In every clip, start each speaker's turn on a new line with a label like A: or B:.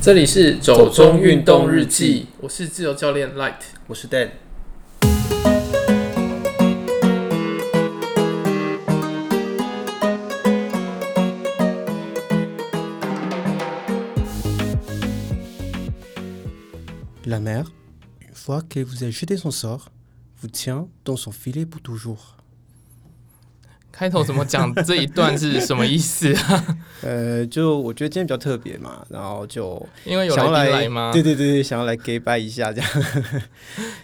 A: 这里是走中运动日记，我是自由教练 Light。
B: 我是 Dan。
C: La mer, une fois qu'elle vous a jeté son sort, vous tient dans son filet pour toujours.
A: 开头怎么讲这一段是什么意 思啊？
C: 呃，就我觉得今天比较特别嘛，然后就
A: 因为有
C: 想
A: 来
C: 要
A: 宾
C: 来
A: 来吗？
C: 对对对对，想要来 gay bye 一下这样，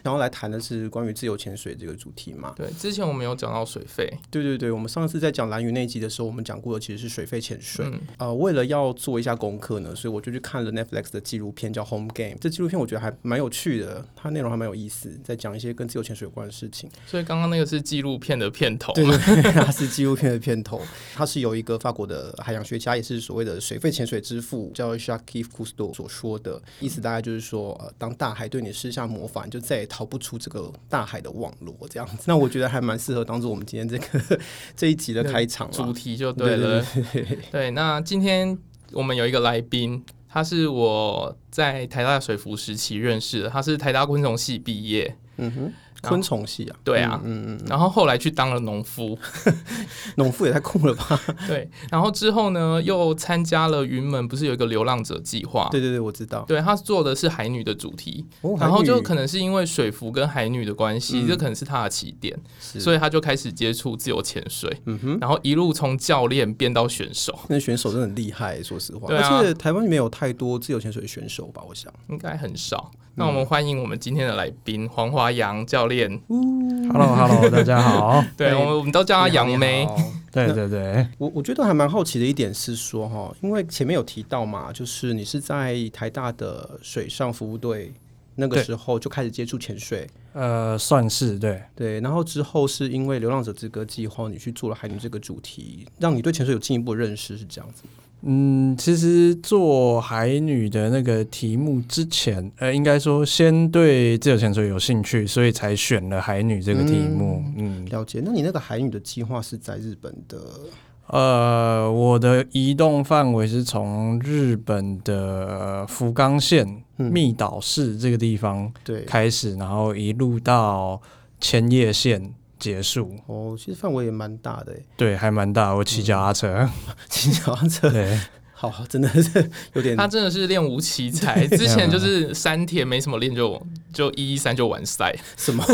C: 然后来谈的是关于自由潜水这个主题嘛。
A: 对，之前我们有讲到水费，
C: 对对对，我们上次在讲蓝鱼那一集的时候，我们讲过的其实是水肺潜水。
A: 嗯，
C: 呃，为了要做一下功课呢，所以我就去看了 Netflix 的纪录片，叫《Home Game》。这纪录片我觉得还蛮有趣的，它内容还蛮有意思，在讲一些跟自由潜水有关的事情。
A: 所以刚刚那个是纪录片的片头
C: 对
A: 嘛，
C: 对 对，它是纪录片的片头，它是由一个法国的海洋学家，也是所谓的水肺潜水之父，叫 Jacques Cousteau 所说的，意思大概就是说，呃，当大海对你施下魔法，你就再也逃不出这个大海的网罗这样子。那我觉得还蛮适合当做我们今天这个 这一集的开场啊
A: 主题就
C: 对
A: 对了。
C: 对对对
A: 对，那今天我们有一个来宾，他是我在台大水服时期认识的，他是台大昆虫系毕业，
C: 嗯哼，昆虫系 啊，
A: 对啊
C: 嗯嗯
A: 然后后来去当了农夫，
C: 嗯，农夫也太酷了吧？
A: 对，然后之后呢又参加了云门，不是有一个流浪者计划？
C: 对对对，我知道。
A: 对他做的是海女的主题，
C: 哦
A: 然后
C: 韩
A: 就
C: 语
A: 可能是因为水服跟海女的关系，
C: 嗯
A: 这可能是他的起点，
C: 是
A: 所以他就开始接触自由潜水，
C: 嗯哼。
A: 然后一路从教练变到选手，
C: 那选手真的很厉害，说实话，
A: 对啊
C: 而且台湾没有太多自由潜水的选手吧？我想。
A: 应该很少。
C: 嗯
A: 那我们欢迎我们今天的来宾黄华阳教练，
D: Hello Hello，大家好。
A: 对
C: 哎
A: 我们我们都叫他杨梅
C: 你，好。你好
D: 对对对，
C: 我我觉得还蛮好奇的一点是说哈，因为前面有提到嘛，就是你是在台大的水上服务队那个
D: 对
C: 时候就开始接触潜水，
D: 呃，算是对，
C: 对，然后之后是因为流浪者之歌计划，你去做了海女这个主题，让你对潜水有进一步的认识，是这样子吗。
D: 嗯，其实做海女的那个题目之前，呃，应该说先对自由潜水有兴趣，所以才选了海女这个题目。嗯，
C: 了解，那你那个海女的计划是在日本的，
D: 呃，我的移动范围是从日本的呃福冈县
C: 嗯
D: 密岛市这个地方
C: 对，
D: 开始，然后一路到千叶县结束。
C: 哦，其实范围也蛮大 的诶，欸
D: 对，还蛮大，我骑脚踏车。
C: 骑脚踏车，
D: 对。
C: 啊好，真的是有点
A: 他真的是练无奇 才，之前就是山田没什么练就就一一三就完赛，
C: 什么。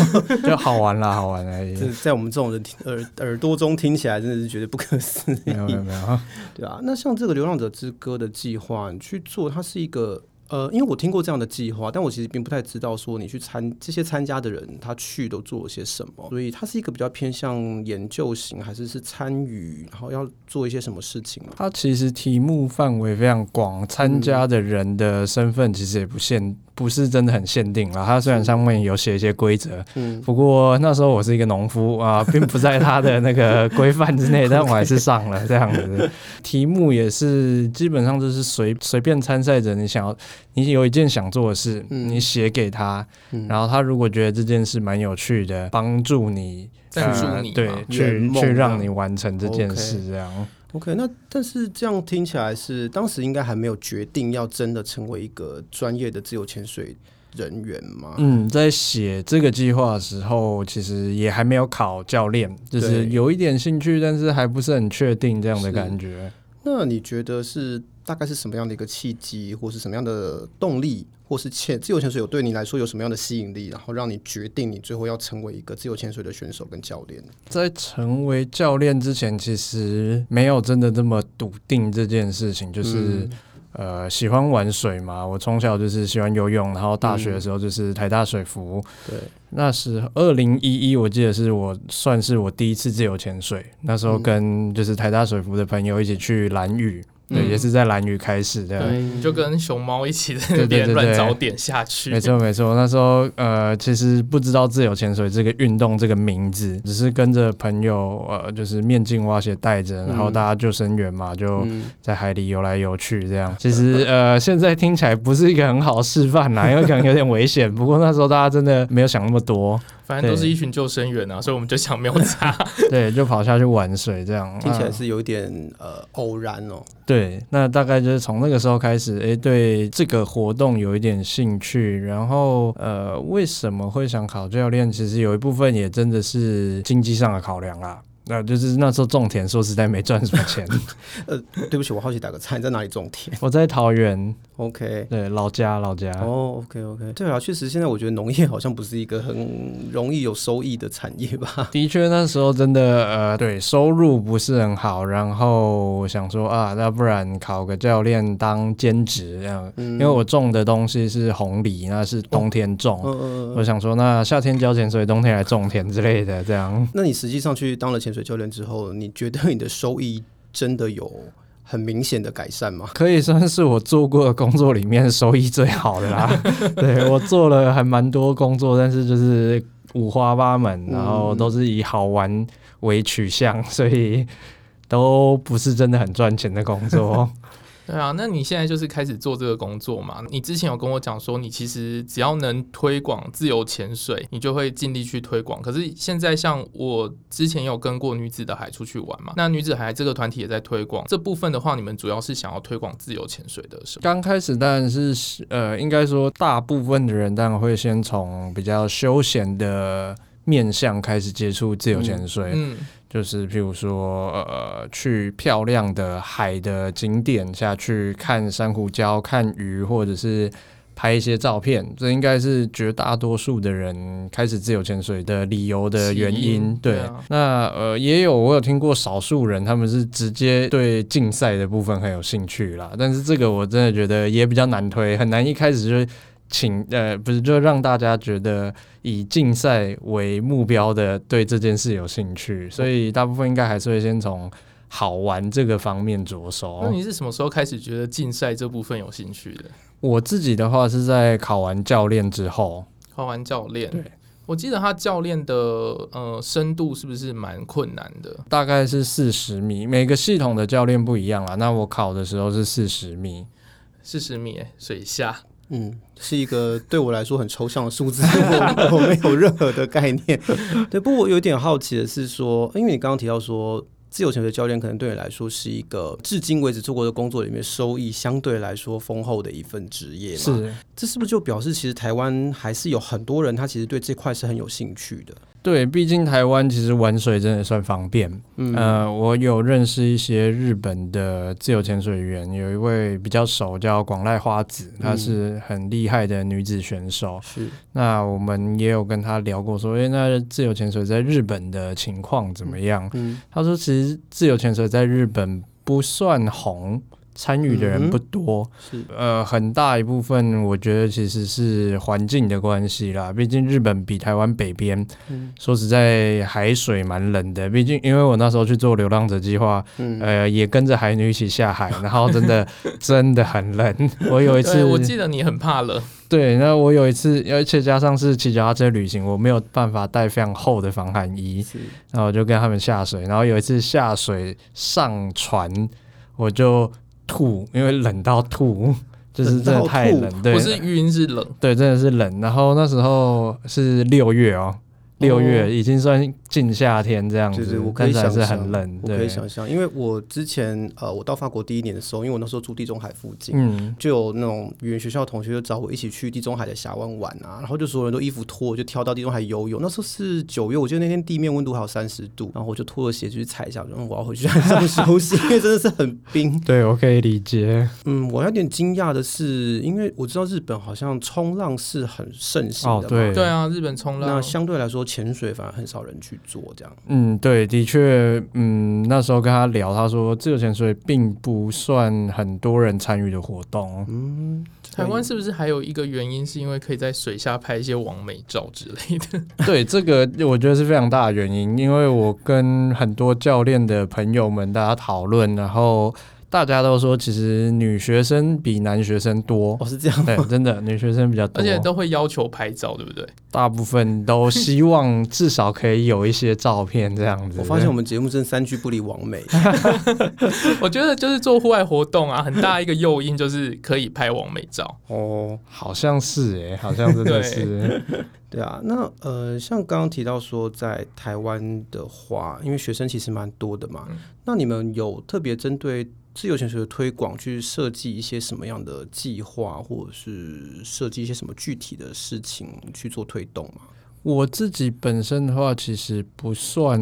D: 就好玩啦，好玩而已。
C: 这在我们这种人听耳耳朵中听起来，真的是觉得不可思议
D: 没。有没有没有，
C: 对啊，那像这个《流浪者之歌》的计划，你去做，它是一个呃，因为我听过这样的计划，但我其实并不太知道说你去参这些参加的人，他去都做了些什么，所以它是一个比较偏向研究型，还是是参与，然后要做一些什么事情嘛？
D: 它其实题目范围非常广，参加的人的身份其实也不限，不是真的很限定啦。它虽然上面有写一些规则，
C: 嗯，
D: 不过那时候我是一个农夫啊、并不在它的那个规范之内，但我还是上了这样子。题目也是基本上就是随随便参赛者，你想要你有一件想做的事，
C: 嗯
D: 你写给他，
C: 嗯
D: 然后他如果觉得这件事蛮有趣的，帮助你
A: 赞助你
D: 呃
A: 嘛
D: 对，
C: 圆
D: 去
C: 梦
D: 去
C: 这
D: 让
C: 样
D: 你完成这件
C: OK
D: 事，这样。
C: OK，那但是这样听起来是当时应该还没有决定要真的成为一个专业的自由潜水人员嘛？
D: 嗯，在写这个计划的时候，其实也还没有考教练，就是
C: 对
D: 有一点兴趣，但是还不是很确定这样的
C: 是
D: 感觉。
C: 那你觉得是大概是什么样的一个契机，或是什么样的动力，或是潜自由潜水有对你来说有什么样的吸引力，然后让你决定你最后要成为一个自由潜水的选手跟教练？
D: 在成为教练之前，其实没有真的这么笃定这件事情，就是、
C: 嗯
D: 呃喜欢玩水嘛，我从小就是喜欢游泳，然后大学的时候就是台大水服，
C: 对，
D: 那时二零一一，我记得是我算是我第一次自由潜水，那时候
C: 嗯
D: 跟就是台大水服的朋友一起去蓝屿，
A: 嗯
D: 对，也是在蓝屿开始的。
A: 对，你就跟熊猫一起在那
D: 对对
A: 边
D: 对
A: 乱
D: 对
A: 找点下去，
D: 没错没错，那时候呃，其实不知道自由潜水这个运动这个名字，只是跟着朋友呃，就是面镜蛙鞋带着，然后
C: 嗯
D: 大家救生员嘛，就
C: 嗯，
D: 在海里游来游去 这样。其实呃，现在 听起来不是一个很好的示范啦，因为可能有点危险。不过那时候大家真的没有想那么多，
A: 反正都是一群救生员啊，所以我们就想没有差。
D: 对，就跑下去玩水这样。
C: 听起来
D: 啊
C: 是有点呃偶然哦。
D: 对，那大概就是从那个时候开始，诶，对这个活动有一点兴趣。然后，呃，为什么会想考教练？其实有一部分也真的是经济上的考量啦。那、就是那时候种田，说实在没赚什么钱。
C: 对不起，我好奇打个岔，你在哪里种田
D: 我在桃园，
C: ？OK。
D: 对，老家老家。
C: 哦、o k OK，对啊，确实现在我觉得农业好像不是一个很容易有收益的产业 吧？
D: 的确，那时候真的呃，对收入不是很好，然后想说啊，那不然考个教练当兼职这样，
C: 嗯
D: 因为我种的东西是红梨，那是冬天种，
C: 嗯嗯嗯。
D: 我想说那夏天交钱，所以冬天来种田之类的这样。
C: 那你实际上去当了潜水教练之后，你觉得你的收益真的有很明显的改善吗？
D: 可以算是我做过的工作里面收益最好的 啦。对我做了还蛮多工作，但是就是五花八门，然后都是以好玩为取向，所以都不是真的很赚钱的工作。
A: 对啊，那你现在就是开始做这个工作嘛？你之前有跟我讲说，你其实只要能推广自由潜水，你就会尽力去推广。可是现在像我之前有跟过女子的海出去玩嘛，那女子海这个团体也在推广这部分的话，你们主要是想要推广自由潜水的什么？
D: 刚开始当然是呃，应该说大部分的人当然会先从比较休闲的面向开始接触自由潜水，
A: 嗯，
D: 就是譬如说呃，去漂亮的海的景点下去看珊瑚礁、看鱼，或者是。拍一些照片，这应该是绝大多数的人开始自由潜水的理由的原
A: 起
D: 因
A: 因。
D: 对，
A: 对啊
D: 那呃也有我有听过少数人，他们是直接对竞赛的部分很有兴趣啦，但是这个我真的觉得也比较难推，很难一开始就请呃不是就让大家觉得以竞赛为目标的对这件事有兴趣，所以大部分应该还是会先从好玩这个方面着手。
A: 那你是什么时候开始觉得竞赛这部分有兴趣的？
D: 我自己的话是在考完教练之后，
A: 花完教练，
D: 对
A: 我记得他教练的呃深度是不是蛮困难的？
D: 大概是四十米，每个系统的教练不一样啦。那我考的时候是四十米，
A: 四十米耶水下，
C: 嗯，是一个对我来说很抽象的数字， 我我没有任何的概念。 对，不过我有点好奇的是说，因为你刚刚提到说。自由潜水教练可能对你来说是一个至今为止做过的工作里面收益相对来说丰厚的一份职业嘛？，
D: 是
C: 这是不是就表示其实台湾还是有很多人他其实对这块是很有兴趣的？
D: 对，毕竟台湾其实玩水真的算方便。
C: 嗯
D: 呃，我有认识一些日本的自由潜水员，有一位比较熟叫广濑花子，
A: 嗯
D: 她是很厉害的女子选手。
C: 是
D: 那我们也有跟她聊过说，诶、那自由潜水在日本的情况怎么样？
C: 嗯
D: 她说，其实自由潜水在日本不算红，参与的人不多。
C: 是
D: 呃，很大一部分我觉得其实是环境的关系啦。毕竟日本比台湾北边，
C: 嗯
D: 说实在海水蛮冷的。毕竟因为我那时候去做流浪者计划，
C: 嗯
D: 呃，也跟着海女一起下海，然后真的真的很冷。我有一次
A: 对，，我记得你很怕冷，
D: 对，那我有一次，而且加上是骑脚踏车旅行，我没有办法带非常厚的防寒衣，
C: 是
D: 然后我就跟他们下水，然后有一次下水上船，我就吐，因为冷到吐， 就是真的太
C: 冷
D: 冷，对
A: 不，是晕是冷，
D: 对，真的是冷。然后那时候是六月哦，六月已经算近夏天这样子，
C: 对对，我可
D: 但
C: 以
D: 是还
C: 想
D: 是
C: 象，
D: 很冷，
C: 我可以
D: 对，
C: 想象，因为我之前呃，我到法国第一年的时候，因为我那时候住地中海附近。
D: 嗯，
C: 就有那种语言学校的同学就找我一起去地中海的峡湾玩啊，然后就所有人都衣服脱，就跳到地中海游泳。那时候是九月，我记得那天地面温度还有三十度，然后我就脱了鞋去踩一下，然后我要回去岸上休息，因为真的是很冰。
D: 对我可以理解
C: 嗯，我有点惊讶的是，因为我知道日本好像冲浪是很盛行
D: 哦
C: 的，嘛，
D: 对，
A: 对啊，日本冲
C: 那
A: 浪，
C: 相对来说潜水反而很少人去做这样。
D: 嗯，对，的确，嗯，那时候跟他聊，他说自由潜水并不算很多人参与的活动，
C: 嗯，
A: 台湾是不是还有一个原因是因为可以在水下拍一些完美照之类的？
D: 对，这个 我觉得是非常大的原因，因为我跟很多教练的朋友们大家讨论，然后大家都说，其实女学生比男学生多
C: 哦，是这样
D: 对，真的女学生比较多，
A: 而且都会要求拍照，对不对？
D: 大部分都希望至少可以有一些照片这样子。
C: 我发现我们节目真的三句不离完 美，
A: 我觉得就是做户外活动啊，很大一个诱因就是可以拍完美照。
C: 哦，
D: 欸好像是诶、好像真的是。
C: 对啊，那呃，像刚刚提到说，在台湾的话，因为学生其实蛮多的嘛，那你们有特别针对自由潜水的推广去设计一些什么样的计划，或者是设计一些什么具体的事情去做推动吗？
D: 我自己本身的话，其实不算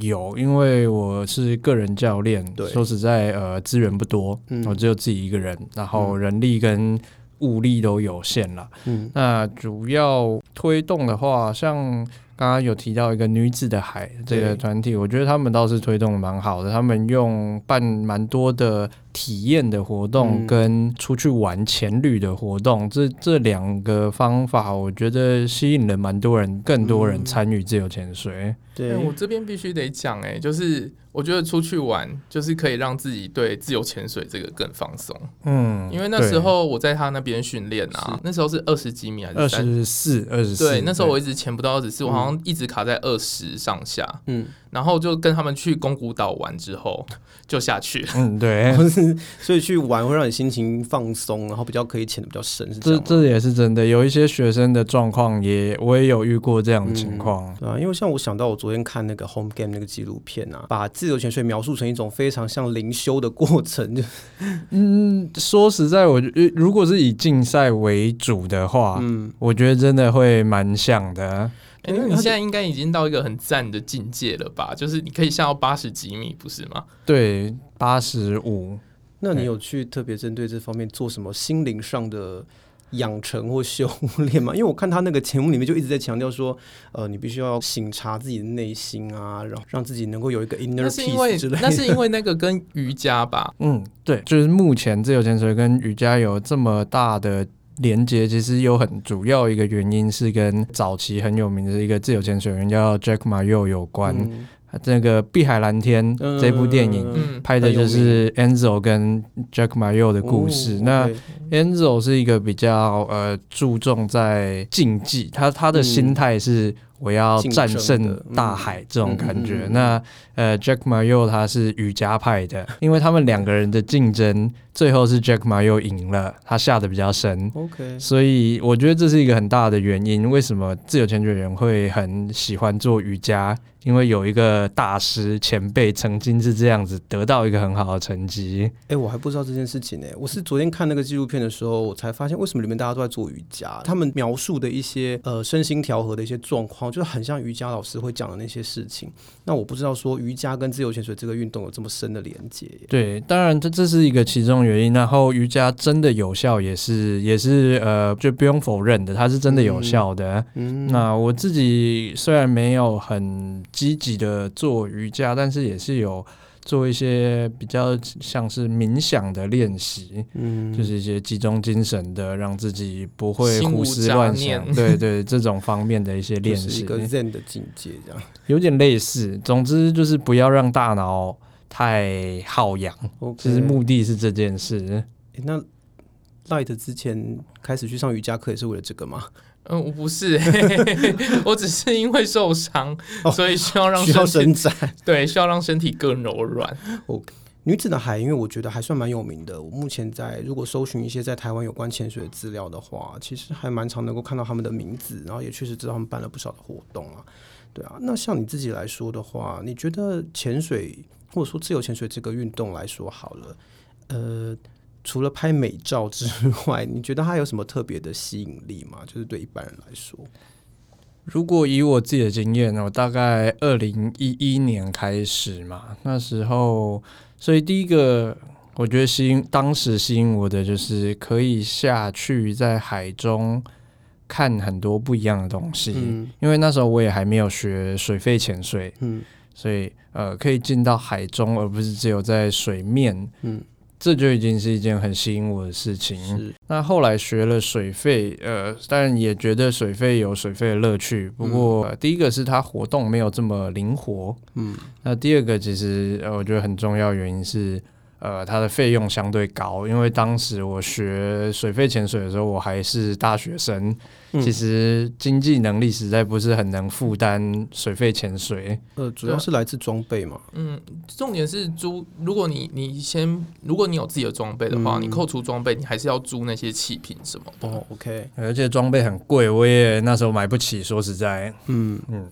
D: 有，因为我是个人教练
C: 对，
D: 说实在，呃，资源不多，
C: 嗯
D: 我只有自己一个人，然后人力跟物力都有限啦。
C: 嗯
D: 那主要推动的话，像刚刚有提到一个女子的海这
C: 对
D: 个团体，我觉得他们倒是推动得蛮好的。他们用办蛮多的体验的活动，
C: 嗯
D: 跟出去玩潜旅的活动，这这两个方法，我觉得吸引了蛮多人，更多人
C: 嗯
D: 参与自由潜水。
C: 对
A: 哎我这边必须得讲，哎，就是我觉得出去玩，就是可以让自己对自由潜水这个更放松，
D: 嗯，
A: 因为那
D: 对
A: 时候我在他那边训练啊，那时候是二十几米还
D: 二
A: 是三？
D: 十四、二十四，
A: 对，那时候我一直潜不到二十四，我好像一直卡在二十上下，
C: 嗯，
A: 然后就跟他们去宫古岛玩之后就下去了。
D: 嗯对，
C: 所以去玩会让你心情放松，然后比较可以潜的比较深，是这
D: 这
C: 样吗？
D: 这也是真的，有一些学生的状况也我也有遇过这样的情况。
C: 对啊，因为像我想到我昨天看那个《Home Game》那个纪录片啊，把自由潜水描述成一种非常像灵修的过程， 就
D: 嗯，说实在，我觉得呃如果是以竞赛为主的话，
C: 嗯，
D: 我觉得真的会蛮像的。
A: 哎、
C: 对
A: 那你
C: 他就
A: 现在应该已经到一个很赞的境界了吧？就是你可以下到八十几米，不是吗？
D: 对，八十五。
C: 那你
D: 对
C: 有去特别针对这方面做什么心灵上的养成或修炼吗？因为我看他那个节目里面就一直在强调说，呃，你必须要醒察自己的内心啊，然后让自己能够有一个 inner
A: 那是因为
C: peace 之类
A: 那是
C: 的。
A: 因为那个跟瑜伽吧，
D: 嗯，对，就是目前自由潜水跟瑜伽有这么大的连接，其实有很主要一个原因是跟早期很有名的一个自由潜水员叫 Jack Ma Yo 有关。
C: 嗯
D: 他这个《碧海蓝天》这部电影。
A: 嗯，
D: 拍的就是 Enzo 跟 Jack Ma Yo 的故事。
C: 哦
D: 那
C: OK
D: Enzo 是一个比较呃注重在竞技，他他的心态是我要战
C: 竞争
D: 胜
C: 的
D: 大海这种感觉。
C: 嗯嗯嗯嗯
D: 那呃 Jack Ma Yo 他是瑜伽派的，因为他们两个人的竞争，最后是 Jack Ma Yo 赢了，他下的比较深。
C: OK，
D: 所以我觉得这是一个很大的原因，为什么自由潜水员会很喜欢做瑜伽？因为有一个大师前辈曾经是这样子得到一个很好的成绩。
C: 哎、我还不知道这件事情呢、我是昨天看那个纪录片的时候，我才发现为什么里面大家都在做瑜伽。他们描述的一些呃身心调和的一些状况，就是很像瑜伽老师会讲的那些事情。那我不知道说瑜伽跟自由潜水这个运动有这么深的连接耶。
D: 对，当然这这是一个其中原因。然后瑜伽真的有效，也是也是呃，就不用否认的，它是真的有效的。
C: 嗯，
D: 那我自己虽然没有很积极的做瑜伽，但是也是有做一些比较像是冥想的练习。
C: 嗯
D: 就是一些集中精神的，让自己不会
A: 心无
D: 胡思
A: 杂
D: 乱
A: 念
D: 想，对对，这种方面的一些
C: 就
D: 练
C: 是
D: 习
C: 一，个 Zen 的境界这样。
D: 有点类似。总之就是不要让大脑太耗氧，
C: OK，
D: 其实目的是这件事。
C: 诶那 Light 之前开始去上瑜伽课也是为了这个吗？
A: 嗯，我不是、 嘿我只是因为受伤，
C: 哦
A: 所以需要让
C: 需要
A: 身体
C: 伸展。
A: 对需要让身体更柔软。
C: 女子的海，因为我觉得还算蛮有名的。我目前在如果搜寻一些在台湾有关潜水的资料的话，其实还蛮常能够看到他们的名字，然后也确实知道他们办了不少的活动啊。对啊，那像你自己来说的话，你觉得潜水或者说自由潜水这个运动来说好了，呃，除了拍美照之 外，你觉得它有什么特别的吸引力吗？就是对一般人来说，
D: 如果以我自己的经验，我大概二零一一年开始嘛，那时候，所以第一个我觉得吸引当时吸引我的就是可以下去在海中看很多不一样的东西。
C: 嗯
D: 因为那时候我也还没有学水肺潜水，
C: 嗯
D: 所以呃可以进到海中，而不是只有在水面，
C: 嗯，
D: 这就已经是一件很吸引我的事情。
C: 是
D: 那后来学了水肺，呃，但也觉得水肺有水肺的乐趣。不过、呃第一个是它活动没有这么灵活，
C: 嗯
D: 那第二个其实呃我觉得很重要的原因是。呃，它的费用相对高，因为当时我学水肺潜水的时候，我还是大学生，
C: 嗯
D: 其实经济能力实在不是很能负担水肺潜水。
C: 呃，主要是来自装备嘛，
A: 嗯，重点是租。如果你你先，如果你有自己的装备的话，
C: 嗯
A: 你扣除装备，你还是要租那些气瓶什么的。
C: 哦，OK，
D: 而且装备很贵，我也那时候买不起。说实在，
C: 嗯
D: 嗯
C: 嗯。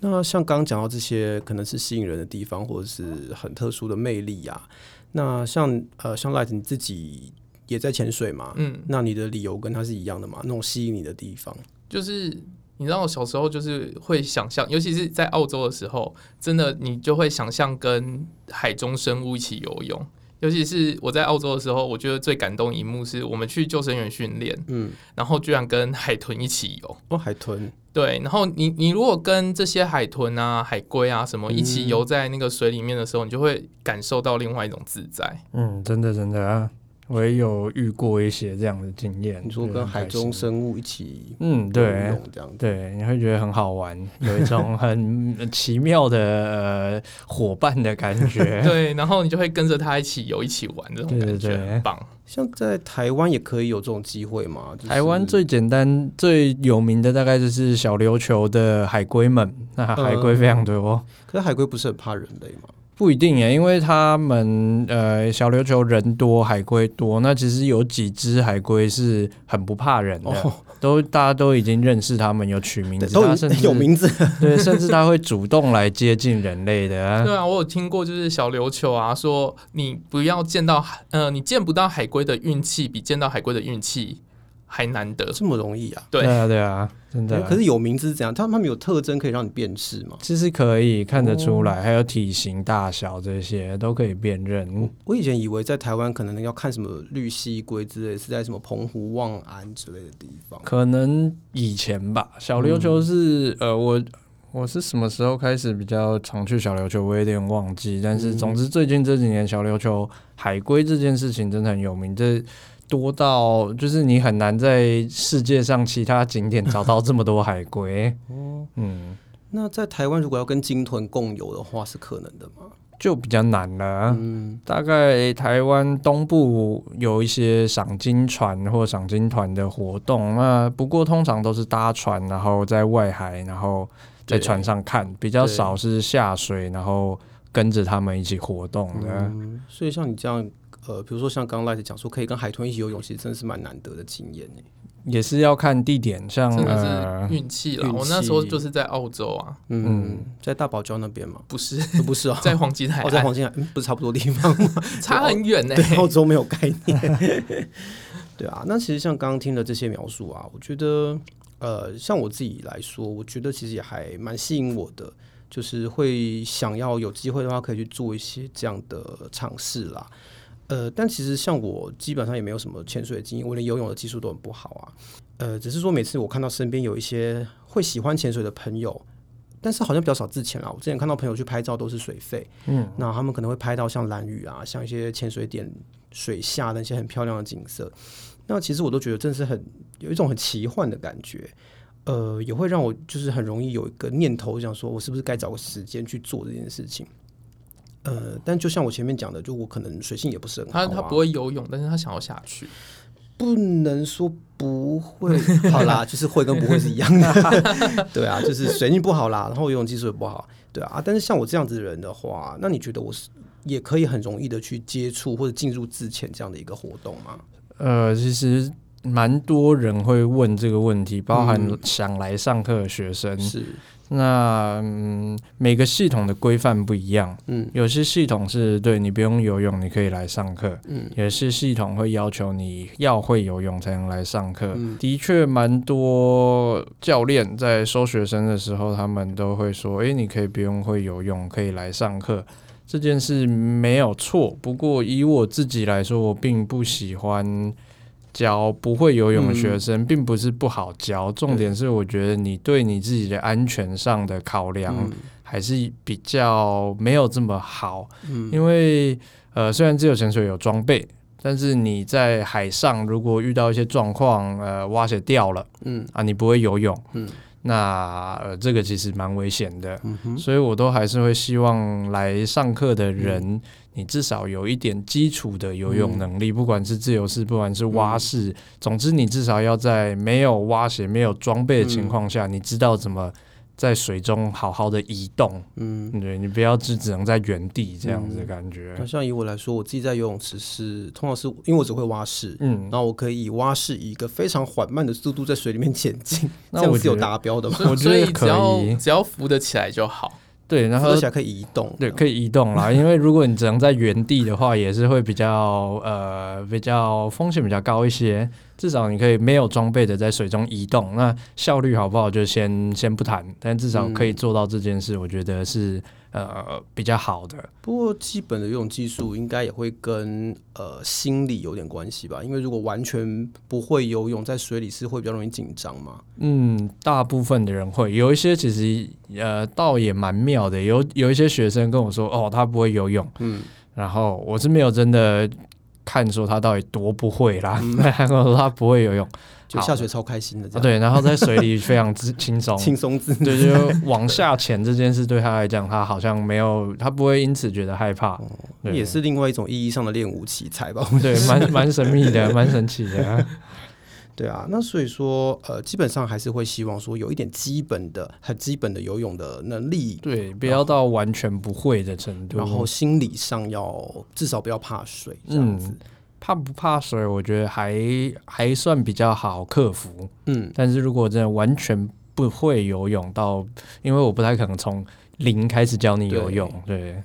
C: 那像刚刚讲到这些，可能是吸引人的地方，或者是很特殊的魅力啊。那像呃，像 Light 你自己也在潜水嘛？
A: 嗯，
C: 那你的理由跟他是一样的嘛？那种吸引你的地方，
A: 就是你知道，我小时候就是会想象，尤其是在澳洲的时候，真的你就会想象跟海中生物一起游泳。尤其是我在澳洲的时候，我觉得最感动一幕是我们去救生员训练，
C: 嗯，
A: 然后居然跟海豚一起游。
C: 哦，海豚，
A: 对，然后你你如果跟这些海豚啊、海龟啊什么一
C: 嗯
A: 起游在那个水里面的时候，你就会感受到另外一种自在。
D: 嗯，真的真的啊，我也有遇过一些这样的经验。
C: 你说
D: 觉得
C: 跟
D: 很
C: 海
D: 开
C: 中
D: 心，
C: 生物一起
D: 嗯，
C: 游
D: 对，
C: 泳这样子，
D: 对，你会觉得很好玩，有一种很奇妙的、呃、伙伴的 感
C: 哎
D: 觉。
A: 对，然后你就会跟着它一起游、一起玩，这种
D: 对对
A: 感觉
D: 对
A: 很棒。
C: 像在台湾也可以有这种机会嘛？就是
D: 台湾最简单、最有名的大概就是小琉球的海龟们，那海龟非常多。
C: 可是海龟不是很怕人类嘛？
D: 不一定耶，因为他们呃，小琉球人多，海龟多。那其实有几只海龟是很不怕人的，
C: 哦，
D: 都大家都已经认识他们，有取名
C: 对，
D: 字，
C: 都
D: 它
C: 有
D: 甚 至
C: 有名字，
D: 对，甚至它会主动来接近人类的、 啊。
A: 对啊，我有听过，就是小琉球啊，说你不要见到海，呃，你见不到海龟的运气比见到海龟的运气还难得。
C: 这么容易啊？
A: 对，
D: 啊，对啊，真的啊、
C: 可是有名字是怎样？他们他们有特征可以让你辨识吗？
D: 其实可以看得出
C: 哦
D: 来，还有体型大小这些都可以辨认。
C: 我以前以为在台湾可能要看什么绿蜥龟之类，是在什么澎湖、望安之类的地方。
D: 可能以前吧，小琉球是、
C: 嗯
D: 呃，我我是什么时候开始比较常去小琉球，我有点忘记。但是
C: 嗯
D: 总之最近这几年，小琉球海龟这件事情真的很有名，这多到就是你很难在世界上其他景点找到这么多海 龟。
C: 哦
D: 嗯，
C: 那在台湾如果要跟鲸豚共游的话，是可能的吗？
D: 就比较难了啊、
C: 嗯，
D: 大概台湾东部有一些赏金船或赏金团的活动，那不过通常都是搭船，然后在外海，然后在
C: 对
D: 船上看，比较
C: 对
D: 少是下水，然后跟着他们一起活动的。
C: 嗯所以像你这样，呃，比如说像刚刚 Light 讲说可以跟海豚一起游泳，其实真的是蛮难得的经验欸诶。
D: 也是要看地点，像
A: 真的
D: 呃
A: 是，运气啦。
C: 运
A: 我那时候
C: 气
A: 就是在澳洲啊，
C: 嗯，在大堡礁那边吗？
A: 不是
C: 呃不是哦，
A: 在黄金海
C: 哦，在
A: 岸，
C: 黄金海，嗯，不是差不多地方吗？
A: 差很远呢、
C: 对，澳洲没有概念。对啊，那其实像刚刚听的这些描述啊，我觉得，呃，像我自己来说，我觉得其实也还蛮吸引我的，就是会想要有机会的话，可以去做一些这样的尝试啦。呃，但其实像我基本上也没有什么潜水的经验，我连游泳的技术都很不好啊。呃，只是说每次我看到身边有一些会喜欢潜水的朋友，但是好像比较少自潜啦。我之前看到朋友去拍照都是水肺，
D: 嗯，
C: 那他们可能会拍到像蓝屿啊，像一些潜水点水下那些很漂亮的景色。那其实我都觉得真的是很有一种很奇幻的感觉，呃，也会让我就是很容易有一个念头，想说我是不是该找个时间去做这件事情。呃，但就像我前面讲的，就我可能水性也不是很好、
A: 他
C: 啊，
A: 他不会游泳，但是他想要下去。
C: 不能说不 会，好啦，就是会跟不会是一样的， 对啊，就是水性不好啦，然后游泳技术也不好，对啊。但是像我这样子的人的话，那你觉得我是也可以很容易的去接触或者进入自潜这样的一个活动吗？
D: 呃，其实蛮多人会问这个问题，包含
C: 嗯
D: 想来上课的学生。
C: 是，
D: 那嗯，每个系统的规范不一样，
C: 嗯
D: 有些系统是对你不用游泳，你可以来上课；
C: 嗯
D: 有些系统会要求你要会游泳才能来上课。
C: 嗯
D: 的确，蛮多教练在收学生的时候，他们都会说：“诶、你可以不用会游泳，可以来上课。”这件事没有错，不过以我自己来说，我并不喜欢教不会游泳的学
C: 嗯
D: 生，并不是不好教，重点是我觉得你对你自己的安全上的考量，
C: 嗯
D: 还是比较没有这么好，
C: 嗯
D: 因为呃，虽然自由潜水有装备，但是你在海上如果遇到一些状况，呃，蛙鞋掉了
C: 嗯
D: 啊，你不会游泳，
C: 嗯
D: 那呃，这个其实蛮危险的，
C: 嗯哼，嗯
D: 所以我都还是会希望来上课的人，你至少有一点基础的游泳能力，不管是自由式，不管是蛙
C: 嗯
D: 式，总之你至少要在没有蛙鞋、没有装备的
C: 嗯
D: 情况下，你知道怎么。在水中好好的移动，
C: 嗯，
D: 对你不要只只能在原地这样子的感觉。
C: 那像以我来说，我自己在游泳池是通常是因为我只会蛙式，
D: 嗯
C: 然，后我可以以蛙式以一个非常缓慢的速度在水里面前进，
D: 那
C: 这样
D: 我
C: 是有
D: 觉得
C: 达标的吗？
D: 我
A: 所以所
D: 觉得
A: 以只
D: 可
A: 要
D: 以
A: 只要浮得起来就好。
D: 对，然后
C: 而且还可以移动，
D: 对，可以移动 啦，因为如果你只能在原地的话，也是会比较呃比较风险比较高一些。至少你可以没有装备的在水中移动，那效率好不好就先先不谈，但至少
C: 嗯
D: 可以做到这件事，我觉得是呃比较好的。
C: 不过基本的游泳技术应该也会跟呃心理有点关系吧，因为如果完全不会游泳，在水里是会比较容易紧张嘛。
D: 嗯，大部分的人会有一些，其实呃，倒也蛮妙的。有有一些学生跟我说，哦，他不会游泳，
C: 嗯，
D: 然后我是没有真的看说他到底多不会啦。
C: 嗯
D: 他跟我说他不会游泳，
C: 就
D: 好
C: 下水超开心的这
D: 啊，
C: 样，
D: 对，然后在水里非常之轻松，
C: 轻松自
D: 对，就往下潜这件事对他来讲，他好像没有，他不会因此觉得害怕，
C: 哦
D: 对
C: 也是另外一种意义上的练武奇才吧。我
D: 对，蛮蛮神秘的，蛮神奇的 啊，
C: 对啊，那所以说，呃，基本上还是会希望说有一点基本的、很基本的游泳的能力，
D: 对，不要到完全不会的程度，
C: 然后心理上要至少不要怕水这样子
D: 嗯。，怕不怕水，我觉得还还算比较好克服，
C: 嗯
D: 但是如果真的完全不会游泳到，因为我不太可能从零开始教你游泳，对，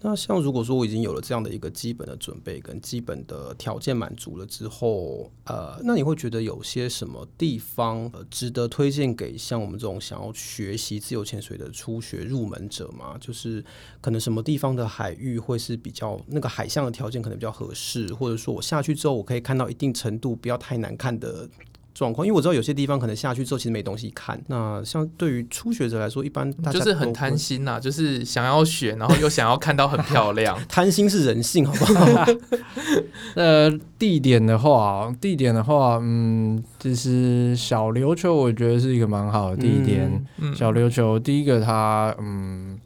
C: 那像如果说我已经有了这样的一个基本的准备跟基本的条件满足了之后，呃，那你会觉得有些什么地方、呃、值得推荐给像我们这种想要学习自由潜水的初学入门者吗？就是可能什么地方的海域会是比较那个海象的条件可能比较合适，或者说我下去之后我可以看到一定程度不要太难看的。状况，因为我知道有些地方可能下去之后其实没东西看。那像对于初学者来说，一般大家
A: 就是很
C: 都
A: 贪
C: 会
A: 心呐、就是想要学，然后又想要看到很漂 亮。
C: 贪心是人性，好不好？
D: 呃，地点的话，地点的话，嗯，就是小琉球，我觉得是一个蛮好的地点。
A: 嗯，
D: 小琉球，第一个它，嗯，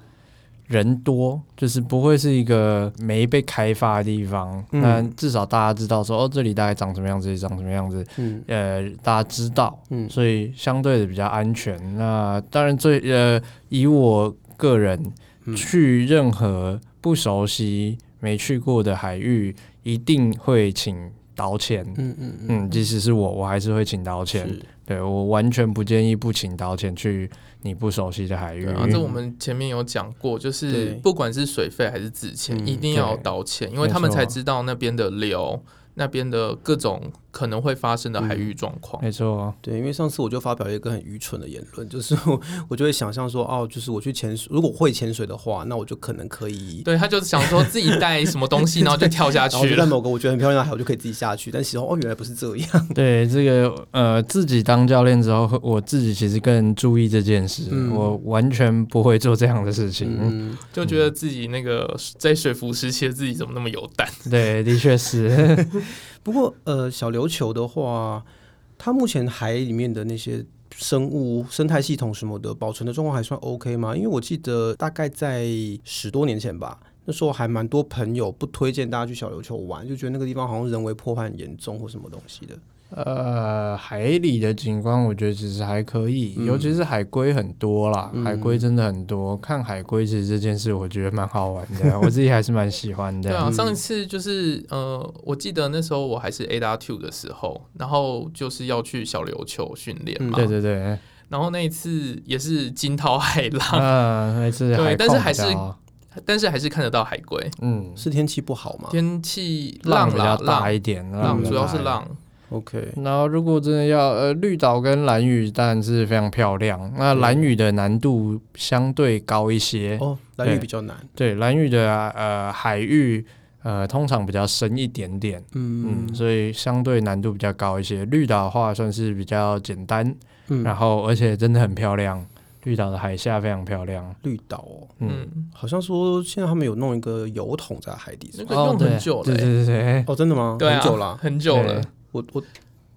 D: 人多，就是不会是一个没被开发的地方。
C: 嗯
D: 那、至少大家知道说，哦，这里大概长什么样子，这里长什么样子。
C: 嗯
D: 呃，大家知道，
C: 嗯
D: 所以相对的比较安全。那当然最呃，以我个人
C: 嗯
D: 去任何不熟悉、没去过的海域，一定会请导潜。
C: 嗯嗯
D: 嗯，即使是我，我还是会请导潜。
C: 是
D: 对我完全不建议不请导潜去你不熟悉的海域。
A: 对啊，这我们前面有讲过，就是
C: 嗯对
A: 不管是水费还是纸钱，
C: 嗯
A: 一定要有导潜，因为他们才知道那边的流、那边的各种可能会发生的海
C: 嗯
A: 域状况。
C: 哎
D: 没错，
C: 对，因为上次我就发表了一个很愚蠢的言论， 就是我我就会想象说，哦，就是我去潜水，如果会潜水的话，那我就可能可以，
A: 对，他就想说自己带什么东西，然后就跳下
C: 然后
A: 去
C: 就在
A: 了。
C: 某个我觉得很漂亮的海，我就可以自己下去。但其实哦，原来不是这样。
D: 对这个呃，自己当教练之后，我自己其实更注意这件事，
C: 嗯
D: 我完全不会做这样的事情。
C: 嗯，
A: 就觉得自己那个在水服时期的自己怎么那么有胆？
D: 对，的确是。
C: 不过呃，小琉球的话，它目前海里面的那些。生物生态系统什么的保存的状况还算 OK 吗？因为我记得大概在十多年前吧，那时候还蛮多朋友不推荐大家去小琉球玩，就觉得那个地方好像人为破坏很严重或什么东西的。
D: 呃，海里的景观我觉得其实还可以，
C: 嗯
D: 尤其是海龟很多啦，
C: 嗯
D: 海龟真的很多。看海龟其实这件事我觉得蛮好玩的，我自己还是蛮喜欢
A: 对
D: 的。
A: 啊，上一次就是呃，我记得那时候我还是 A 大 Two 的时候，然后就是要去小琉球训练
C: 嗯
A: 嘛。
D: 对 对对，
A: 然后那一次也是惊涛骇浪，
D: 嗯，还是
A: 对
D: 海
A: 但是
D: 况
A: 还
D: 比较
A: 是
D: 好
A: 但是还是看得到海龟。
D: 嗯，
C: 是天气不好吗
A: 天气
D: 浪比
A: 啦
D: 较，大
A: 浪
D: 一点，
A: 浪
D: 比较
A: 主要是
D: 大一点。嗯
A: 浪，
C: ？OK，
D: 然后，如果真的要呃，绿岛跟蓝屿当然是非常漂亮。那
C: 对
D: 蓝屿的难度相对高一些，
C: 哦，蓝
D: 对
C: 雨比较难。
D: 对，蓝屿的呃海域呃通常比较深一点点，
C: 嗯
D: 嗯，所以相对难度比较高一些。绿岛的话算是比较简单，然
C: 嗯，
D: 后而且真的很漂亮，绿岛的海下非常漂亮，
C: 绿岛哦，
D: 嗯，
A: 嗯，
C: 好像说现在他们有弄一个油桶在海底是
A: 那
C: 吧
A: 个
D: 哦
A: 用
D: 对
A: 很久了
D: 对
A: 欸，
D: 对对对，
C: 哦，真的吗？
A: 对啊，
C: 很久了啊，
A: 很久了
D: 对，
C: 我我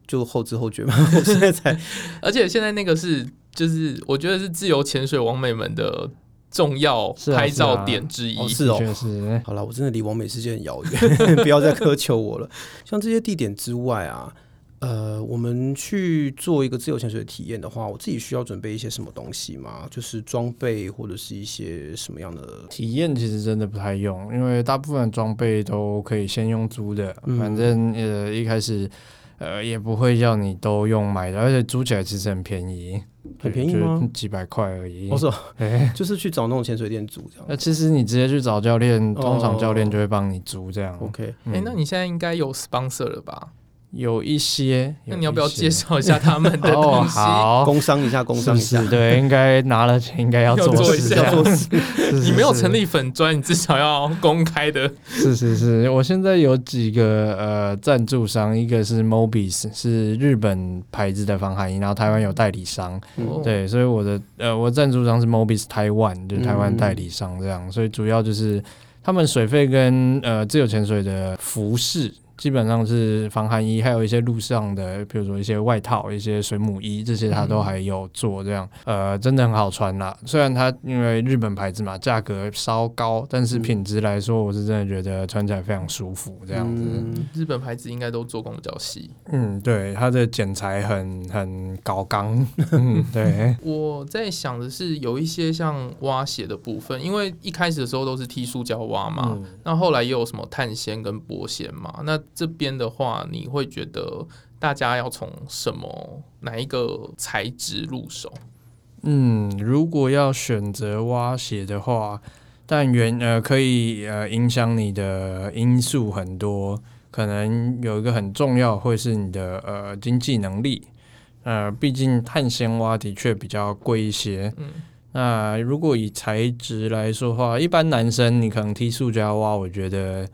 C: 就后知后觉嘛， 我 现在才
A: 而且现在那个是就是我觉得是自由潜水王美们的重要
D: 是啊
A: 拍
D: 是啊
A: 照点之一。
C: 哦是
D: 的
C: 哦
D: 确是。
C: 好了，我真的离完美世界很遥远， 不要再苛求我了。 像这些地点之外啊，呃，我们去做一个自由潜水的体验的话，我自己需要准备一些什么东西吗？就是装备或者是一些什么样的？
D: 体验其实真的不太用，因为大部分装备都可以先用租的，
C: 嗯
D: 反正呃一开始呃也不会要你都用买的，而且租起来其实很便宜，
C: 很
D: 对
C: 便宜
D: 就是
C: 吗哦
D: 几百块而已。
C: 我说、
D: 哎
C: 就是去找那种潜水店租这样。
D: 那其实你直接去找教练，
C: 哦
D: 通常教练就会帮你租这样。嗯
C: OK，
A: 哎、那你现在应该有 sponsor 了吧？
D: 有一些，
A: 那你要不要
D: 有一些
A: 介绍一下他们的
D: 哦，
A: 东西？
D: 好，
C: 工商一下，工商一下。
D: 是不是对，应该拿了钱应该要
A: 要
D: 做
A: 做一
D: 事，啊
A: 下
D: 要做事。是
A: 你没有
D: 是
A: 成立粉砖，你至少要公开的。
D: 是是是，我现在有几个呃赞助商，一个是 Mobis，是日本牌子的防寒衣，然后台湾有代理商，
A: 哦
D: 嗯对，所以我的呃我赞助商是 Mobis 台湾，就是台湾
C: 嗯
D: 代理商这样，所以主要就是他们水费跟呃自由潜水的服饰。基本上是防寒衣，还有一些路上的，比如说一些外套、一些水母衣，这些它
C: 嗯
D: 都还有做这样，呃，真的很好穿啦。虽然它因为日本牌子嘛，价格稍高，但是
C: 嗯
D: 品质来说，我是真的觉得穿起来非常舒服这样子。
C: 嗯
A: 日本牌子应该都做工比较细。
D: 嗯对，它的剪裁很很高刚， 嗯，对，
A: 我在想的是，有一些像蛙鞋的部分，因为一开始的时候都是踢塑胶蛙嘛，
D: 嗯。
A: 那后来也有什么碳纤跟玻纤嘛？那这边的话，你会觉得大家要从什么哪一个材质入手？
D: 嗯，如果要选择蛙鞋的话，但原呃可以呃影响你的因素很多，可能有一个很重要会是你的呃经济能力，呃，毕竟碳纤蛙的确比较贵一些。
A: 嗯，
D: 那如果以材质来说的话，一般男生你可能踢塑胶蛙，我觉得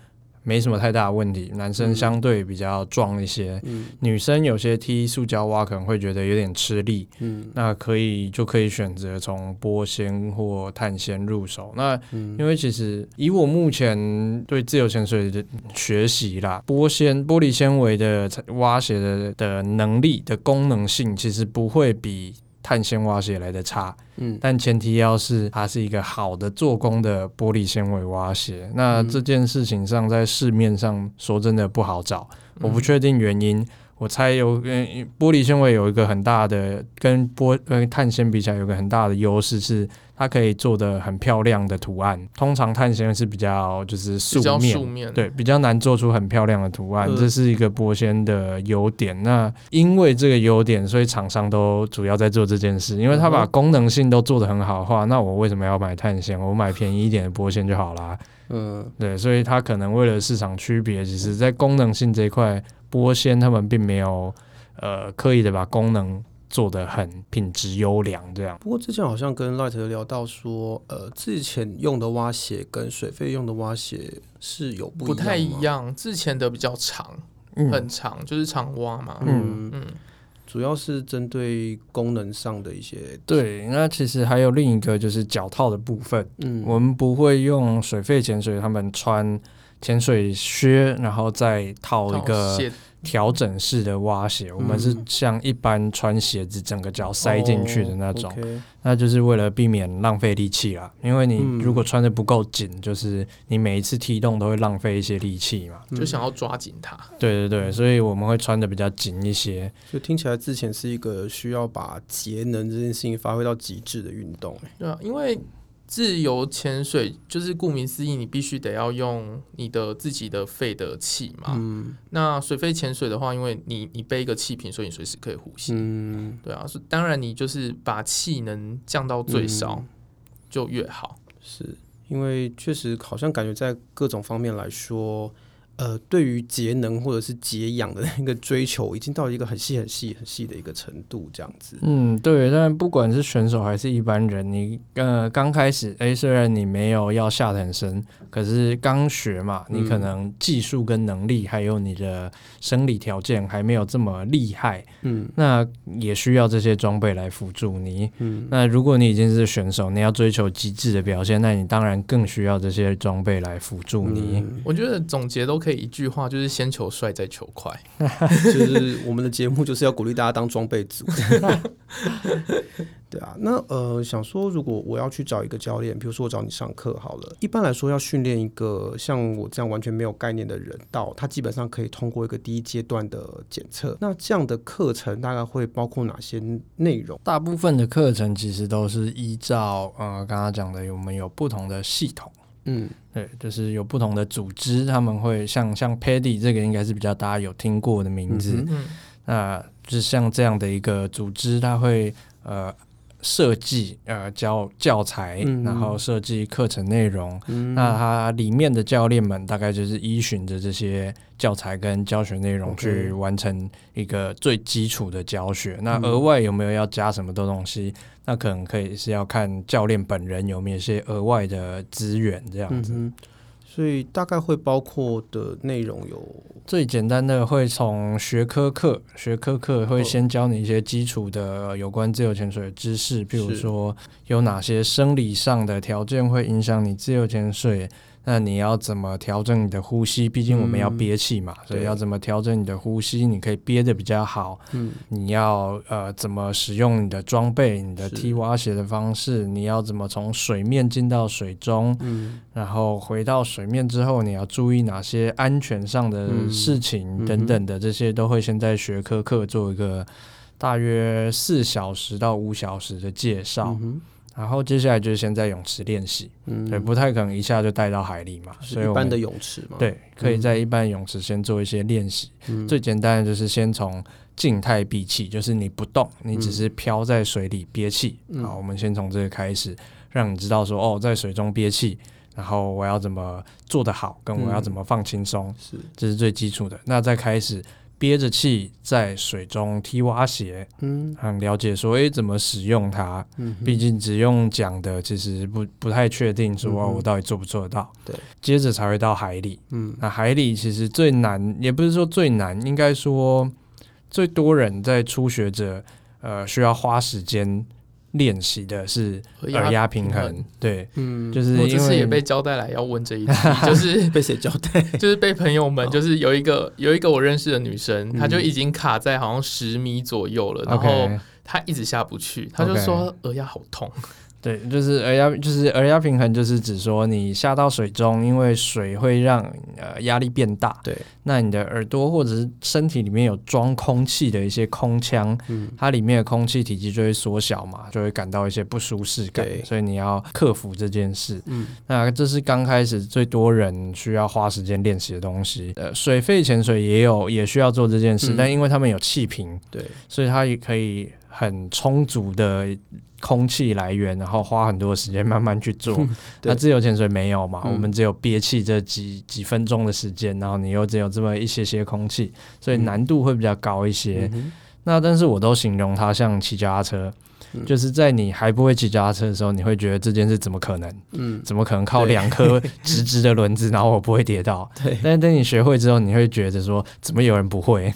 D: 没什么太大的问题，男生
C: 嗯
D: 相对比较壮一些，
C: 嗯
D: 女生有些踢塑胶蛙可能会觉得有点吃力。
C: 嗯
D: 那可以就可以选择从波纤或碳纤入手。那
C: 嗯
D: 因为其实以我目前对自由潜水的学习啦，波纤玻璃纤维的蛙鞋的的能力的功能性，其实不会比碳纤蛙鞋来的差。
C: 嗯
D: 但前提要是它是一个好的做工的玻璃纤维蛙鞋。那
C: 嗯
D: 这件事情上，在市面上说真的不好找。我
A: 嗯
D: 不确定原因，我猜有嗯玻璃纤维有一个很大的跟玻跟碳纤比起来有个很大的优势是它可以做的很漂亮的图案。通常碳纤是比较就是素
A: 比较
D: 面。
A: 素面，
D: 对，比较难做出很漂亮的图案，
C: 嗯
D: 这是一个玻纤的优点。那因为这个优点，所以厂商都主要在做这件事，因为他把
C: 嗯哼
D: 功能性都做得很好的话，那我为什么要买碳纤？我买便宜一点的玻纤就好啦。
C: 嗯
D: 对，所以它可能为了市场区别，其实在功能性这一块，波纤他们并没有呃刻意的把功能做得很品质优良这样。
C: 不过之前好像跟 Light 有聊到说，呃，之前用的蛙鞋跟水费用的蛙鞋是有不
A: 不太
C: 一
A: 一
C: 样
A: 样。之前的比较长，
D: 嗯
A: 很长，就是长蛙嘛。
C: 吗。
A: 嗯
C: 嗯，主要是针对功能上的一些，
D: 对，那其实还有另一个就是脚套的部分，
C: 嗯，
D: 我们不会用水肺潜水，他们穿潜水靴，然后再套一个
A: 鞋
D: 调整式的蛙鞋，
C: 嗯
D: 我们是像一般穿鞋子整个脚塞进去的那种。
C: 哦，OK
D: 那就是为了避免浪费力气啦，因为
C: 嗯
D: 你如果穿的不够紧，就是你每一次踢动都会浪费一些力气嘛。
C: 嗯
A: 就想要抓紧它。
D: 对对对，所以我们会穿的比较紧一些。
C: 就听起来之前是一个需要把节能这件事情发挥到极致的运动、欸
A: 对啊，因为自由潜水就是顾名思义，你必须得要用你的自己的肺的气嘛。
C: 嗯
A: 那水肺潜水的话，因为你你背一个气瓶，所以你随时可以呼吸。
C: 嗯，
A: 对啊，是当然你就是把气能降到最少
C: 嗯
A: 就越好。
C: 是因为确实好像感觉在各种方面来说，呃，对于节能或者是节氧的那个追求，已经到一个很细、很细、很细的一个程度，这样子。
D: 嗯，对。但不管是选手还是一般人，你呃刚开始，哎，虽然你没有要下得很深，可是刚学嘛，
C: 嗯
D: 你可能技术跟能力，还有你的生理条件还没有这么厉害，
C: 嗯
D: 那也需要这些装备来辅助你。
C: 嗯
D: 那如果你已经是选手，你要追求极致的表现，那你当然更需要这些装备来辅助你。
C: 嗯
A: 我觉得总结都可以一句话就是先求帅再求快。
C: 就是我们的节目就是要鼓励大家当装备 组。对啊，那呃，想说如果我要去找一个教练，比如说我找你上课好了，一般来说要训练一个像我这样完全没有概念的人到，他基本上可以通过一个第一阶段的检测。那这样的课程大概会包括哪些内容？
D: 大部分的课程其实都是依照呃刚刚讲的，我们有不同的系统。
C: 嗯，
D: 对，就是有不同的组织，他们会像像 Paddy 这个应该是比较大家有听过的名字，
C: 嗯
A: 嗯，
D: 那就是像这样的一个组织，它会呃设计呃教教材，
C: 嗯
D: 然后设计课程内容。
C: 嗯
D: 那它里面的教练们大概就是依循着这些教材跟教学内容
C: OK 嗯
D: 去完成一个最基础的教学。那额外有没有要加什么的东西？那可能可以是要看教练本人有没有一些额外的资源这样子。
C: 嗯哼，所以大概会包括的内容有，
D: 最简单的会从学科课，学科
C: 哦
D: 课会先教你一些基础的呃有关自由潜水的知识，譬如
C: 是
D: 说有哪些生理上的条件会影响你自由潜水，那你要怎么调整你的呼吸？毕竟我们要
C: 嗯
D: 憋气嘛，所以
C: 对
D: 要怎么调整你的呼吸？你可以憋得比较好，
C: 嗯
D: 你要呃怎么使用你的装备、你的
C: 是
D: 踢蛙鞋的方式，你要怎么从水面进到水中，
C: 嗯
D: 然后回到水面之后，你要注意哪些安全上的
C: 嗯
D: 事情
C: 嗯
D: 等
C: 哼
D: 等的，这些都会先在学科课做一个大约四小时到五小时的介绍
C: 嗯。哼
D: 然后接下来就是先在泳池练习，
C: 嗯
D: 对，不太可能一下就带到海里嘛，
C: 是
D: 所以
C: 一
D: 我
C: 般的
D: 们
C: 泳池嘛？
D: 对可以
C: 嗯
D: 在一般泳池先做一些练习。
C: 嗯，
D: 最简单的就是先从静态闭气，就是你不动，你只是漂在水里憋气。
C: 嗯
D: 好，我们先从这个开始，让你知道说哦，在水中憋气，然后我要怎么做得好，跟
C: 嗯
D: 我要怎么放轻松，
C: 是
D: 这是最基础的。那再开始憋着气在水中踢蛙鞋，
C: 嗯
D: 很了解说诶怎么使用它。
C: 嗯哼，
D: 毕竟只用讲的，其实不不太确定说、
C: 嗯
D: 哦
C: 哼
D: 我到底做不做得到。
C: 对，
D: 接着才会到海里。
C: 嗯
D: 那海里其实最难，也不是说最难，应该说最多人在初学者呃需要花时间练习的是
A: 耳压
D: 耳压平
A: 平
D: 衡
A: 衡。
D: 对，
C: 嗯，
D: 就是是
A: 啊我这
D: 因
A: 次也被
D: 为
A: 交代来要问这一题， 就是
C: 被谁交代？
A: 就是被朋友 们，
C: 哦
A: 就是有一个有一个我认识的女生，
C: 嗯
A: 她就已经卡在好像十米左右了，然后
D: OK，
A: 她一直下不去，她就说耳压好痛。
D: 对，就是耳压，就是耳压平衡，就是指说你下到水中，因为水会让呃压力变大，
C: 对，
D: 那你的耳朵或者是身体里面有装空气的一些空腔，
C: 嗯
D: 它里面的空气体积就会缩小嘛，就会感到一些不舒适感
C: 对，
D: 所以你要克服这件事。
C: 嗯，
D: 那这是刚开始最多人需要花时间练习的东西。呃，水肺潜水也有也需要做这件事，
C: 嗯
D: 但因为他们有气瓶，
C: 对，
D: 所以它也可以很充足的空气来源，然后花很多时间慢慢去做。
C: 对
D: 那自由潜水没有嘛？
C: 嗯
D: 我们只有憋气这几几分钟的时间，然后你又只有这么一些些空气，所以
C: 嗯
D: 难度会比较高一些。
C: 嗯
D: 那但是我都形容它像骑脚踏车，
C: 嗯
D: 就是在你还不会骑脚踏车的时候，你会觉得这件事怎么可能？
C: 嗯，
D: 怎么可能靠
C: 对
D: 两颗直直的轮子，然后我不会跌倒？
C: 对
D: 但是等你学会之后，你会觉得说，怎么有人不会？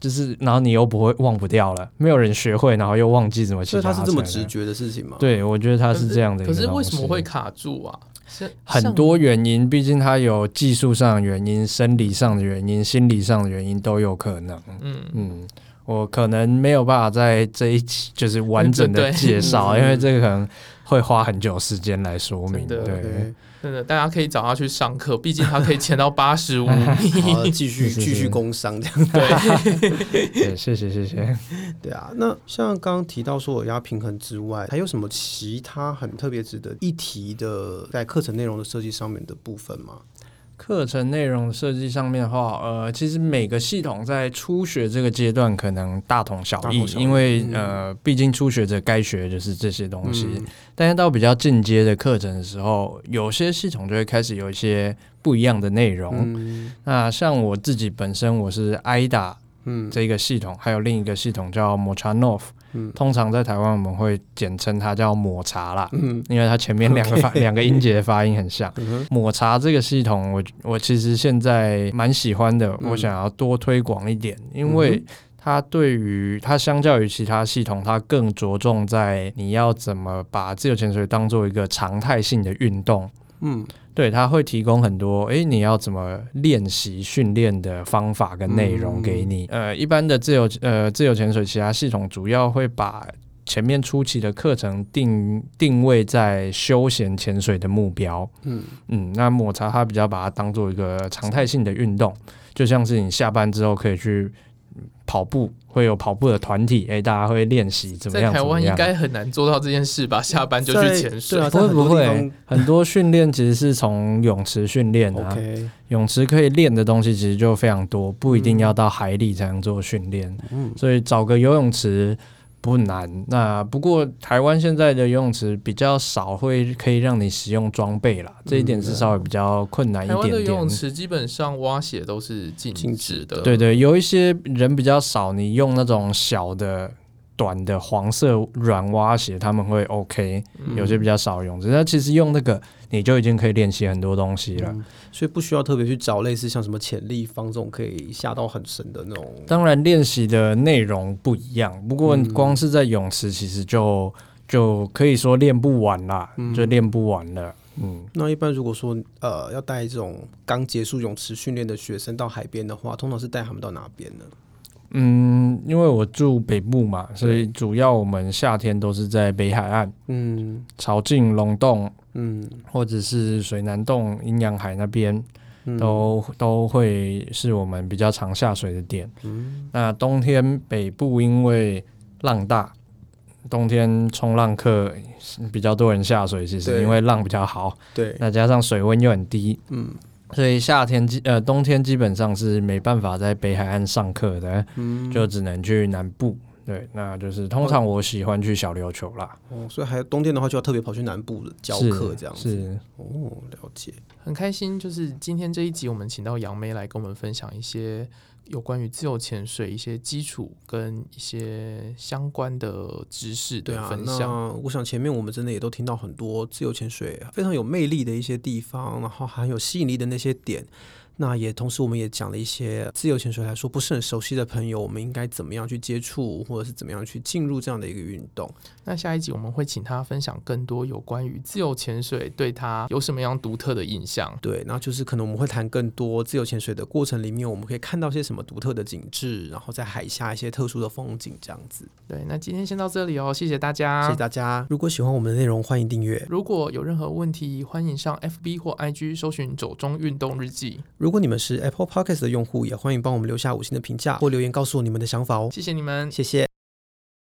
D: 就是，然后你又不会忘不掉了，没有人学会，然后又忘记怎么骑
C: 所以
D: 脚
C: 它
D: 踏
C: 是
D: 车。
C: 这么直。觉的事情吗？，
D: 对，我觉得它啊是这样的一
A: 可
D: 个
A: 是可是为什
D: 东
A: 么
D: 西
A: 会卡住啊？是
D: 很多原因，毕竟它有技术上的原因、生理上的原因、心理上的原因都有可能。
A: 像嗯
D: 嗯，我可能没有办法在这一期就是完整的
A: 嗯对
D: 介绍，
C: 嗯
D: 因为这个可能会花很久时间来说明。
A: 真的
D: 对，
A: 真的，大家可以找她去上课，毕竟她可以潜到八十
D: 哎
A: 五米。
C: 好，继续
D: 是是
C: 继
D: 是
C: 续工伤这样。
A: 对，
D: 对，谢谢谢谢。
C: 对啊，那像刚刚提到说我要平衡之外，还有什么其他很特别值得一提的在课程内容的设计上面的部分吗？
D: 课程内容设计上面的话，呃，其实每个系统在初学这个阶段可能大同小
C: 大
D: 异，
C: 同小异
D: 因为、
C: 嗯
D: 呃，毕竟初学者该学的就是这些东西。
C: 嗯
D: 但是到比较进阶的课程的时候，有些系统就会开始有一些不一样的内容。
C: 嗯
D: 那像我自己本身我是 IDA
C: 嗯
D: 这一个系统，还有另一个系统叫 Mochanov，
C: 嗯
D: 通常在台湾我们会简称它叫抹茶啦，
C: 嗯
D: 因为它前面两个发两个音节的发音很像。
C: 嗯哼
D: 抹茶这个系统我，我其实现在蛮喜欢的，
C: 嗯
D: 我想要多推广一点，因为它对于它相较于其他系统，它更着重在你要怎么把自由潜水当做一个常态性的运动。
C: 嗯
D: 对，他会提供很多，诶，你要怎么练习训练的方法跟内容给你。呃，一般的自由呃自由潜水其他系统主要会把前面初期的课程定定位在休闲潜水的目标。
C: 嗯，
D: 嗯，那抹茶它比较把它当做一个常态性的运动，就像是你下班之后可以去嗯跑步，会有跑步的团体，诶，大家会练习怎么
A: 在
D: 样？
A: 台
D: 怎么
A: 湾应
D: 样
A: 该很难做到这件事吧？下班就
C: 在
A: 去潜水
C: 对啊，，在
D: 会
C: 很多
D: 不
C: 地
D: 会
C: 方
D: 很多训练其实是从泳池训练啊
C: OK，
D: 泳池可以练的东西其实就非常多，不一定要到海里才能做训练，
C: 嗯
D: 所以找个游泳池不难。那不过台湾现在的游泳池比较少会可以让你使用装备啦，这一点是稍微比较困难
A: 嗯
D: 一
A: 啊台湾
D: 点
A: 的游
D: 点
A: 泳。池基本上蛙鞋都是禁
C: 禁
A: 止
C: 止
A: 的，
D: 对对，有一些人比较少，你用那种小的。短的黄色软蛙鞋，他们会 OK，
A: 嗯，
D: 有些比较少泳池，那其实用那个你就已经可以练习很多东西了。
C: 嗯所以不需要特别去找类似像什么潜力方这种可以下到很深的那种。
D: 当然，练习的内容不一样，不过
C: 嗯
D: 光是在泳池，其实就就可以说练不完啦，
C: 嗯
D: 就练不完了。嗯，
C: 那一般如果说呃要带这种刚结束泳池训练的学生到海边的话，通常是带他们到哪边呢？
D: 嗯，因为我住北部嘛，所以主要我们夏天都是在北海岸、
C: 嗯
D: 潮境、龙洞
C: 嗯
D: 或者是水南洞、阴阳海那边，
C: 嗯
D: 都都会是我们比较常下水的点。
C: 嗯
D: 那冬天北部因为浪大，冬天冲浪客比较多人下水，其实
C: 对
D: 因为浪比较好，
C: 对
D: 那加上水温又很低，
C: 嗯
D: 所以夏天基呃冬天基本上是没办法在北海岸上课的，
C: 嗯
D: 就只能去南部。对，那就是通常我喜欢去小琉球啦，
C: 哦，所以还有冬天的话就要特别跑去南部教
D: 是
C: 课这样子。
D: 是
C: 哦，了解。
A: 很开心，就是今天这一集我们请到杨梅来跟我们分享一些有关于自由潜水一些基础跟一些相关的知识
C: 对
A: 的
C: 啊，
A: 分享。
C: 那我想前面我们真的也都听到很多自由潜水非常有魅力的一些地方，然后很有吸引力的那些点。那也同时我们也讲了一些自由潜水来说不是很熟悉的朋友，我们应该怎么样去接触，或者是怎么样去进入这样的一个运动。
A: 那下一集我们会请他分享更多有关于自由潜水对他有什么样独特的印象。
C: 对，那就是可能我们会谈更多自由潜水的过程里面，我们可以看到些什么独特的景致，然后在海下一些特殊的风景这样子。
A: 对，那今天先到这里哦，谢谢大
C: 谢
A: 家。
C: 谢大家，如果喜欢我们的内容，欢迎订阅。
A: 如果有任何问题，欢迎上 FB 或 IG 搜寻“走中运动日记
C: 如果你们是 Apple Podcast 的用户，也欢迎帮我们留下五星的评价或留言，告诉我你们的想法哦”。。
A: 谢谢你们，
C: 谢谢。